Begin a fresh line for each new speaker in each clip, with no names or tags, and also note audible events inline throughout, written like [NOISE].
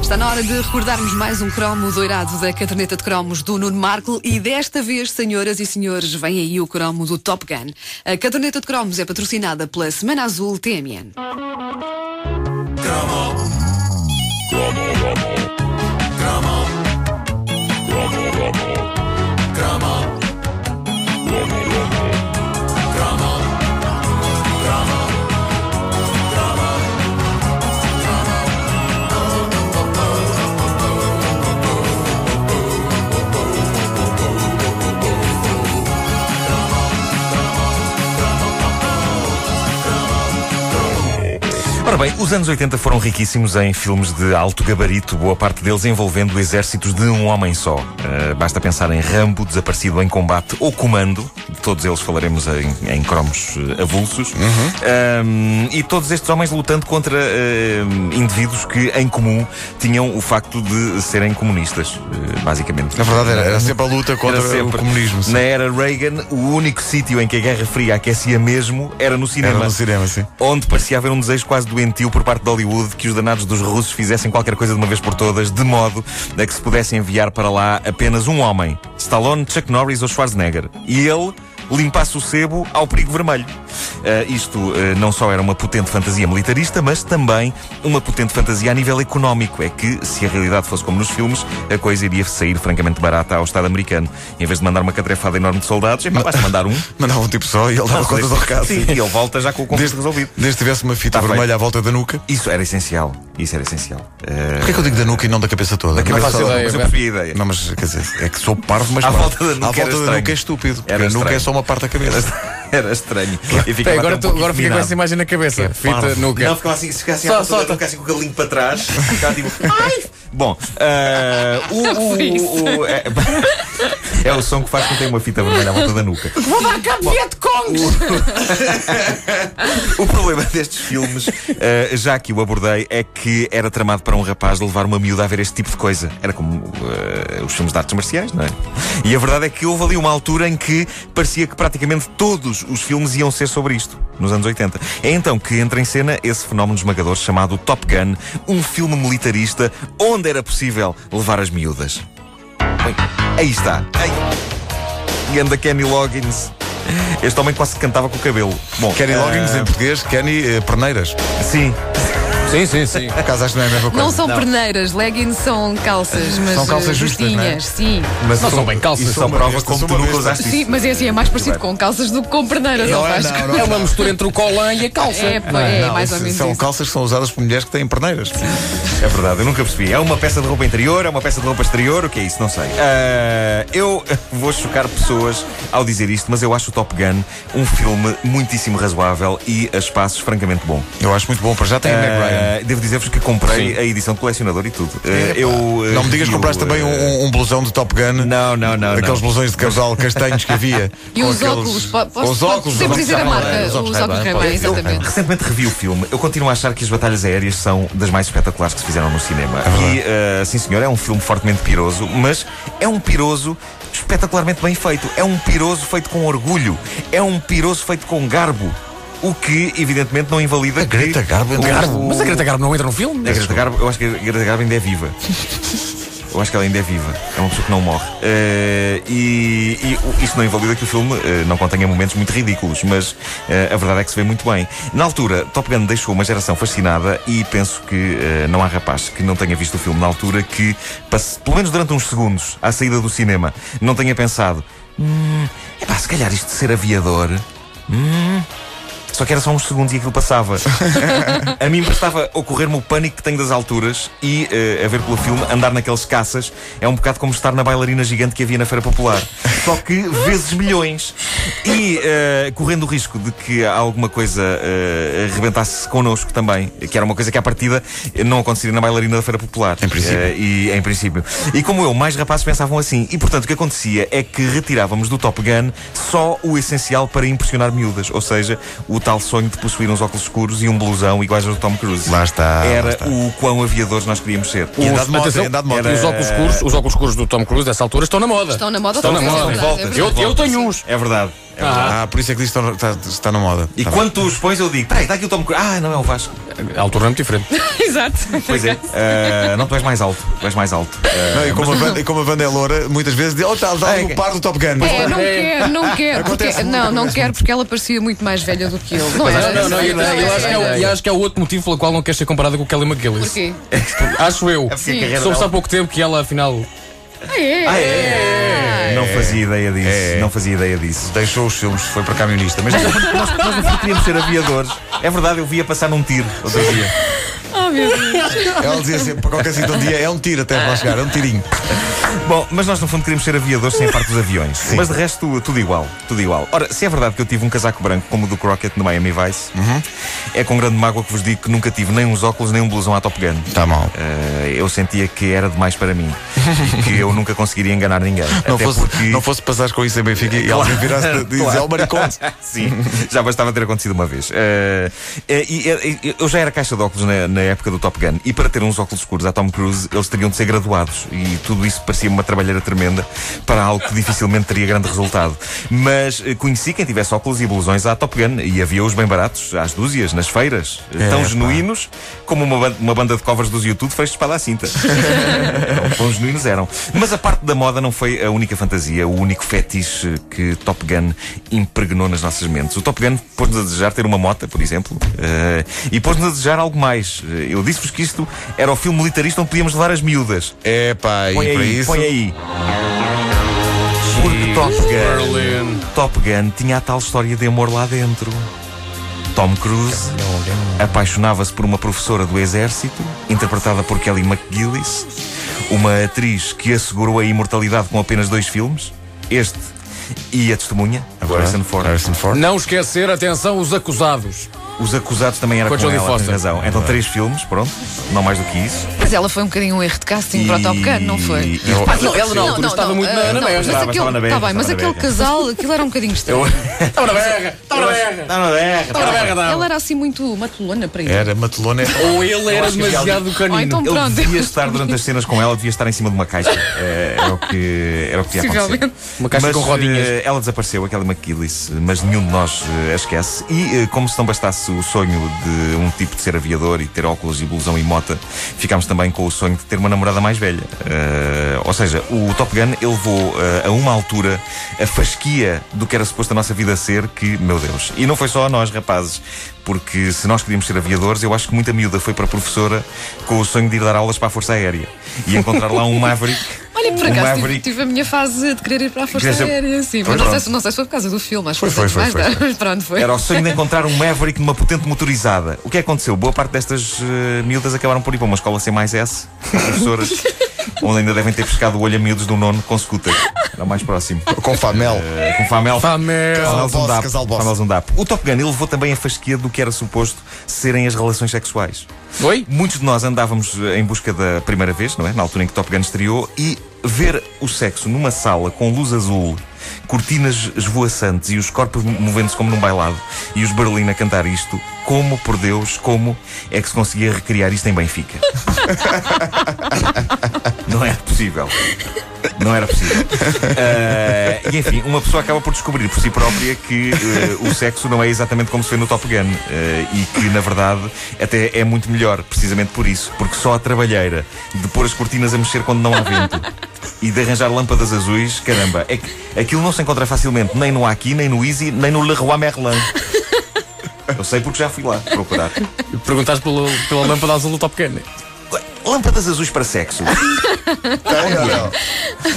Está na hora de recordarmos mais um cromo doirado da caderneta de cromos do Nuno Marco e desta vez, senhoras e senhores, vem aí o cromo do Top Gun. A caderneta de cromos é patrocinada pela Semana Azul TMN.
Ora bem, os anos 80 foram riquíssimos em filmes de alto gabarito, boa parte deles envolvendo exércitos de um homem só. Eh, basta pensar em Rambo, Desaparecido em Combate ou Comando, de todos eles falaremos em, em cromos eh, avulsos, Ahm, e todos estes homens lutando contra eh, indivíduos que, em comum, tinham o facto de serem comunistas, eh, basicamente.
Na verdade, era, era sempre a luta contra
Era sempre.
o comunismo. sim.
Na era Reagan, o único sítio em que a Guerra Fria aquecia mesmo era no cinema.
Era no cinema, sim.
Onde parecia haver um desejo quase doentio por parte de Hollywood que os danados dos russos fizessem qualquer coisa de uma vez por todas, de modo a que se pudesse enviar para lá apenas um homem, Stallone, Chuck Norris ou Schwarzenegger. E ele limpasse o sebo ao perigo vermelho. Ah, isto ah, não só era uma potente fantasia militarista, mas também uma potente fantasia a nível económico. É que, se a realidade fosse como nos filmes, a coisa iria sair francamente barata ao Estado americano. Em vez de mandar uma catrefada enorme de soldados, epá, basta mandar
[LAUGHS]
um.
Mandava um tipo só e ele dava conta do recado.
Sim, e ele volta já com o conflito
Desde,
resolvido.
desde que tivesse uma
Tá
fita vermelha
feito.
à volta da nuca.
Isso era essencial. Isso era essencial. Ah,
Porquê que eu digo da nuca e não da cabeça toda? Da
mas eu-
ideia,
mas eu
Beto.
preferia a ideia.
Não, mas quer dizer, é que sou parvo, mas
À
parvo.
volta da nuca
à
era
volta da
estranho.
nuca é estúpido. Porque
Era
a nuca é
estranho.
só uma parte da cabeça.
[LAUGHS] Era estranho.
[LAUGHS]
E ficava
Peraí,
até
agora,
um
tu-
pouco
agora fica com
intimidado.
essa imagem na cabeça. Fita
parvo.
nuca.
Não, ficava assim, se ficasse
Só-
à volta,
solta.
ficasse com o galinho para trás, ficava
[LAUGHS]
tipo. Ai! Bom, ah, o- o- o- o- é, [LAUGHS] é o som que faz quando tem uma fita vermelha à volta da nuca.
Vou dar cabo de Congos!
O problema destes filmes, eh, já que o abordei, é que era tramado para um rapaz de levar uma miúda a ver este tipo de coisa. Era como eh, os filmes de artes marciais, não é? E a verdade é que houve ali uma altura em que parecia que praticamente todos os filmes iam ser sobre isto, nos anos 80. É então que entra em cena esse fenómeno esmagador chamado Top Gun, um filme militarista onde era possível levar as miúdas. Bem, aí está. Ei. Ganda Kenny Loggins. Este homem quase que cantava com o cabelo. Bom,
Kenny
eh,
Loggins em português, Kenny eh, Perneiras.
Sim,
Sim, sim, sim.
Por acaso acho que não é a mesma coisa.
Não são perneiras, leggings são calças, mas
São calças
eh,
justas, não é?
justinhas, sim.
mas
Não são é bem calças,
Isso
são
só
uma
prova
besta,
como
são
tu
uma
nunca
besta.
usaste
Sim,
isso.
mas é assim, é mais parecido com calças do que com perneiras, não,
Não é,
faz? [LAUGHS]
não, não.
É uma mistura entre o colã e a calça.
É, pá, é,
Não,
mais
isso-
ou menos
São
isso.
calças que são usadas por mulheres que têm perneiras.
É verdade, eu nunca percebi. É uma peça de roupa interior, é uma peça de roupa exterior, o que é isso? Não sei. Ah, eu [LAUGHS] vou chocar pessoas ao dizer isto, mas eu acho o Top Gun um filme muitíssimo razoável e a espaços francamente bom.
Eu acho muito bom, para já tem a Meg Ryan.
Ah, devo dizer-vos que comprei a edição de colecionador e tudo. Ah, eu, ah,
Não me digas
vi
que
o,
compraste também
ah,
um, um blusão de Top Gun.
Não, não, não.
Aqueles
não.
blusões de [LAUGHS] casal castanhos que havia.
E
com
os
aqueles-
óculos, po- posso-
Os óculos,
sempre
os
dizer a
óculos
marca,
Ray-Ban,
os óculos
Ray-Ban,
Ray-Ban,
pode-
Eu
Exatamente.
recentemente revi o filme. Eu continuo a achar que as batalhas aéreas são das mais espetaculares que se fizeram no cinema.
É
e, eh, sim senhor, é um filme fortemente piroso, mas é um piroso espetacularmente bem feito. É um piroso feito com orgulho. É um piroso feito com garbo. O que, evidentemente, não invalida
A Greta
que...
Garbo entra-
Garbo. Mas a Greta Garbo não entra no filme?
A Greta Garbo, eu acho que a Greta Garbo ainda é viva. Eu acho que ela ainda é viva. É uma pessoa que não morre. Eh, e, e o- isso não invalida que o filme eh, não contenha momentos muito ridículos, mas eh, a verdade é que se vê muito bem. Na altura, Top Gun deixou uma geração fascinada e penso que eh, não há rapaz que não tenha visto o filme na altura que, passe- pelo menos durante uns segundos, à saída do cinema, não tenha pensado: hum, epá, se calhar isto de ser aviador. hum, só que era só uns segundos e aquilo
[LAUGHS]
passava. a mim bastava ocorrer-me o pânico que tenho das alturas e, eh, a ver pelo filme, andar naqueles caças é um bocado como estar na bailarina gigante que havia na Feira Popular. Só que vezes milhões. E eh, correndo o risco de que alguma coisa eh, arrebentasse connosco também, que era uma coisa que à partida não aconteceria na bailarina da Feira Popular.
Em princípio.
Eh, e, em princípio. E como eu, mais rapazes pensavam assim. E portanto, o que acontecia é que retirávamos do Top Gun só o essencial para impressionar miúdas, ou seja, o tal tal sonho de possuir uns óculos escuros e um blusão iguais ao do Tom Cruise.
Lá está, lá
Era
está.
o quão aviadores nós queríamos ser.
E andar
Os,
de moto,
atenção,
e andar de moto.
e os óculos escuros, os óculos escuros do Tom Cruise dessa altura estão na moda.
Estão na moda,
estão na
outra vez,
moda.
é verdade,
Volta,
é
Eu,
verdade.
eu tenho uns.
É verdade. É verdade.
Ah, por isso é que diz que está, está, está na moda.
E
Tá bem.
quando tu os pões, eu digo: peraí, está aqui o Tom Cruise. Ah, não é o Vasco.
A altura é muito diferente.
Exato.
[LAUGHS]
Pois é. Ah, não, tu és mais alto. Tu és mais alto.
[LAUGHS]
Ah,
Não, e, como a banda, e como a banda é loura, muitas vezes diz: Oh, está tá ali o par do Top Gun.
É, não quero, não quero. Porque,
Acontece muito,
não, não
acontece
quero porque ela parecia muito mais velha do que eu. Não
é?
Não,
era?
não, não, eu, eu acho que é, o- e acho que é o outro motivo pelo qual não queres ser comparada com o Kelly McGillis.
Porquê?
Acho eu.
É porque a
Sim.
carreira
Soube-se há
dela-
pouco tempo que ela, afinal,
Ah, é?
Ah, é. Não fazia ideia disso.
É.
Não fazia ideia disso.
Deixou os filmes, foi para camionista. Mas
Nós, nós no fundo queríamos ser aviadores. É verdade, eu via passar num tiro outro dia.
Oh, meu Deus.
ela dizia sempre: para qualquer sítio um dia, é um tiro até lá chegar, é um tirinho.
Bom, mas nós no fundo queremos ser aviadores sem a parte dos aviões. Mas de resto, tudo igual, tudo igual. Ora, se é verdade que eu tive um casaco branco como o do Crockett no Miami Vice,
Uhum.
é com grande mágoa que vos digo que nunca tive nem uns óculos nem um blusão à Top Gun.
Está Tá mal.
Eh, eu sentia que era demais para mim, [LAUGHS] que eu nunca conseguiria enganar ninguém.
Não
Até
fosse,
porque...
não fosse passar com isso em Benfica e alguém [LAUGHS] virasse e diz:
Claro.
É o maricote.
[LAUGHS] Sim, já bastava ter acontecido uma vez. Eh, eh, e, eh, eh, eu já era caixa de óculos na, na época do Top Gun, e para ter uns óculos escuros à Tom Cruise, eles teriam de ser graduados, e tudo isso parecia-me uma trabalheira tremenda para algo que dificilmente teria grande resultado. Mas eh, conheci quem tivesse óculos e blusões à Top Gun, e havia-os bem baratos, às dúzias, nas feiras, eh, tão
Epá.
genuínos como uma, ban- uma banda de covers dos YouTube fez de espada à
[LAUGHS]
cinta. Não, Quão genuínos eram. Mas a parte da moda não foi a única fantasia, o único fetiche que Top Gun impregnou nas nossas mentes. O Top Gun pôs-nos a desejar ter uma mota, por exemplo, eh, e pôs-nos a desejar algo mais. Eh, Eu disse-vos que isto era o filme militarista onde podíamos levar as miúdas.
É pá, e
Põe
para
aí,
isso.
põe aí. Porque é- Top Gun, Top Gun tinha a tal história de amor lá dentro. Tom Cruise apaixonava-se por uma professora do exército, interpretada por Kelly McGillis, uma atriz que assegurou a imortalidade com apenas dois filmes, este e a testemunha, Harrison Ford.
Harrison Ford.
não esquecer, atenção, os acusados.
Os acusados também eram
Com a
com
Jodie
ela,
Foster.
tem razão. Então três filmes, pronto, não mais do que isso.
Mas ela foi um bocadinho um erro de casting para o Top Gun, não
E-
foi?
e-
Ah, não, ela na altura estava muito na- na
não,
merda.
mas
Estava-
aquele-
estava na
tá
merda,
bem, mas
estava
aquele
na merda.
casal, aquilo era um bocadinho estranho.
Está na berra, está na berra.
Está na berra, está na
Ora,
berra.
berra, dá.
Ela era assim muito matulona para ele.
Era é Matelona.
Ou ele era
acho que havia
demasiado
Ou
canino.
então
Ele
pronto.
devia estar durante as cenas com ela, devia estar em cima de uma caixa. Eh, Era o que, era o que ia acontecer.
Possivelmente.
Uma caixa
mas,
com rodinhas.
eh, Ela desapareceu, aquela McKillis, mas nenhum de nós eh, a esquece. E eh, como se não bastasse o sonho de um tipo de ser aviador e ter óculos e blusão e mota, ficámos também com o sonho de ter uma namorada mais velha. Eh, ou seja, o Top Gun elevou eh, a uma altura a fasquia do que era suposto a nossa vida ser, que, meu Deus. E não foi só a nós, rapazes, porque se nós queríamos ser aviadores, eu acho que muita miúda foi para a professora com o sonho de ir dar aulas para a Força Aérea e encontrar lá um Maverick.
[LAUGHS] Olha, por
um
acaso tive,
Maverick
tive a minha fase de querer ir para a Força
Queres-
Aérea, sim. Mas
Pois
não
pronto.
sei, se, não sei se foi por causa do filme, acho que
Foi, foi,
mais
foi,
tarde, mas [LAUGHS] pronto, foi.
Era o sonho de encontrar um Maverick numa potente motorizada. O que é que aconteceu? Boa parte destas eh, miúdas acabaram por ir para uma escola C mais S, professoras, onde ainda devem ter pescado o olho a miúdos do nono com scooter. Era o mais próximo. um
Com Famel. [LAUGHS]
Eh, com Famel.
Famel.
Famel
Boss,
Zundap.
casal boss.
Famel Zundap. O Top Gun ele levou também a fasquia do que era suposto serem as relações sexuais.
Oi?
Muitos de nós andávamos eh, em busca da primeira vez, não é? Na altura em que Top Gun estreou, e ver o sexo numa sala com luz azul, cortinas esvoaçantes e os corpos mo- movendo-se como num bailado e os Berlim a cantar isto, como, por Deus, como é que se conseguia recriar isto em Benfica? [LAUGHS] não era possível. Não era possível. Ah, e enfim, uma pessoa acaba por descobrir por si própria que eh, o sexo não é exatamente como se vê no Top Gun. eh, e que, na verdade, até é muito melhor, precisamente por isso. Porque só a trabalheira de pôr as cortinas a mexer quando não há vento e de arranjar lâmpadas azuis, caramba, é que aquilo não se encontra facilmente nem no Aqui, nem no Easy, nem no Leroy Merlin. Eu sei porque já fui lá procurar.
Perguntaste pelo- pela lâmpada azul do Top Gun.
Lâmpadas azuis para sexo.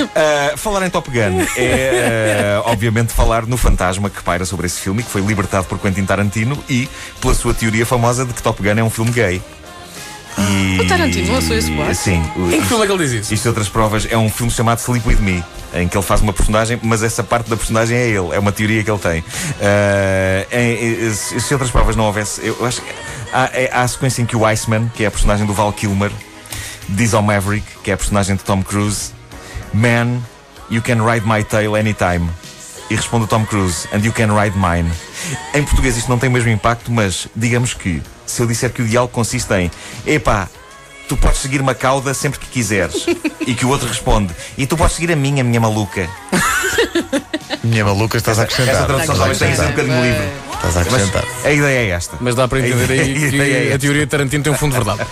Uh, falar em
[LAUGHS]
Top Gun é, uh, obviamente, falar no fantasma que paira sobre esse filme e que foi libertado por Quentin Tarantino e pela sua teoria famosa de que Top Gun é um filme gay. E...
O Tarantino lançou esse quadro?
Sim. o-
Em que filme é que ele diz isso?
isto e outras provas é um filme chamado Sleep With Me, em que ele faz uma personagem, mas essa parte da personagem é ele, é uma teoria que ele tem. Ah, em- em- se se outras provas não houvesse, eu acho que há, é- há a sequência em que o Iceman, que é a personagem do Val Kilmer, diz ao Maverick, que é a personagem de Tom Cruise, Man, you can ride my tail anytime. E responde o Tom Cruise, and you can ride mine. Em português isto não tem o mesmo impacto, mas digamos que se eu disser que o diálogo consiste em epá, tu podes seguir uma cauda sempre que
[LAUGHS]
quiseres, e que o outro responde, e tu podes seguir a minha, minha maluca.
Minha maluca, estás a
Essa
acrescentar.
tradução
Estás a
talvez tenha sido um
acrescentar.
bocadinho livre.
Estás a acrescentar.
Mas a ideia é esta.
Mas dá para entender aí
A
que
ideia [LAUGHS] é
a
esta.
teoria de Tarantino tem um fundo de verdade.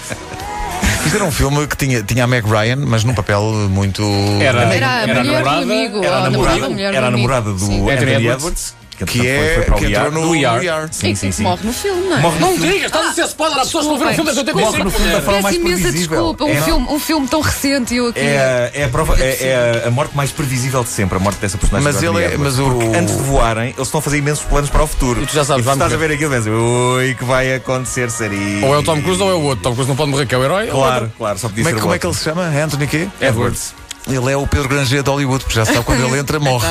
Isto era um filme que tinha, tinha a Meg Ryan, mas num papel muito.
É.
Era a mulher do amigo.
Era a
ou
namorada,
mulher do
era a
amigo.
namorada do
Sim.
Anthony
Anthony
Edwards,
Que
entretanto
é.
foi- foi
Que
para o
entrou no
Do ER.
We Are.
E que morre no filme, não é?
Morre no
Não digas, estás a ser spoiler, as pessoas que não viram o filme é das 85.
forma mais
Peço imensa
previsível.
desculpa. Um,
É, não.
filme, um filme tão recente e eu aqui.
É, é a prova, é, é a- a morte mais previsível de sempre, a morte dessa personagem.
Mas
do Anthony
ele é-
Edwards.
mas o-
Porque antes de voarem, eles estão a fazer imensos planos para o futuro.
E tu já sabes, vai
estás a
morrer.
ver aquilo e pensas, ui, que vai acontecer, seria.
Ou é o Tom Cruise ou é o outro. Tom Cruise não pode morrer, que é o herói. ou
Claro, claro, só podia
Como
ser
é,
o
como é que
outro.
ele se chama? Anthony quê?
Edwards.
Ele é o Pedro Granger de Hollywood, porque já se sabe quando
[LAUGHS]
ele entra, morre.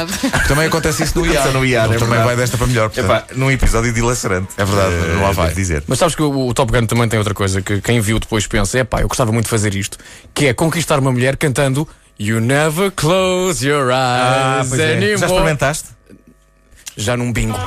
Também acontece isso no IAR.
Aconteceu no IAR, é
Ele também
verdade.
vai desta para melhor. portanto.
Epá, num episódio dilacerante.
É verdade,
Eh,
lá vai.
devo dizer.
Mas sabes que o, o Top Gun também tem outra coisa que quem viu depois pensa: é pá, eu gostava muito de fazer isto, que é conquistar uma mulher cantando You Never Close Your
Ah,
Eyes
pois é.
Anymore.
Já experimentaste?
Já num bingo.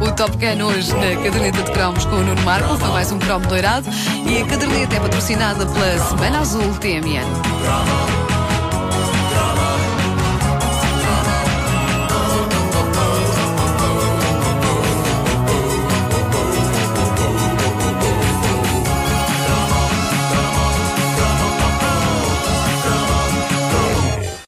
O Top Gun hoje na caderneta de cromos com o Nuno Marco, foi mais um cromo dourado. E a caderneta é patrocinada pela Semana Azul TMN.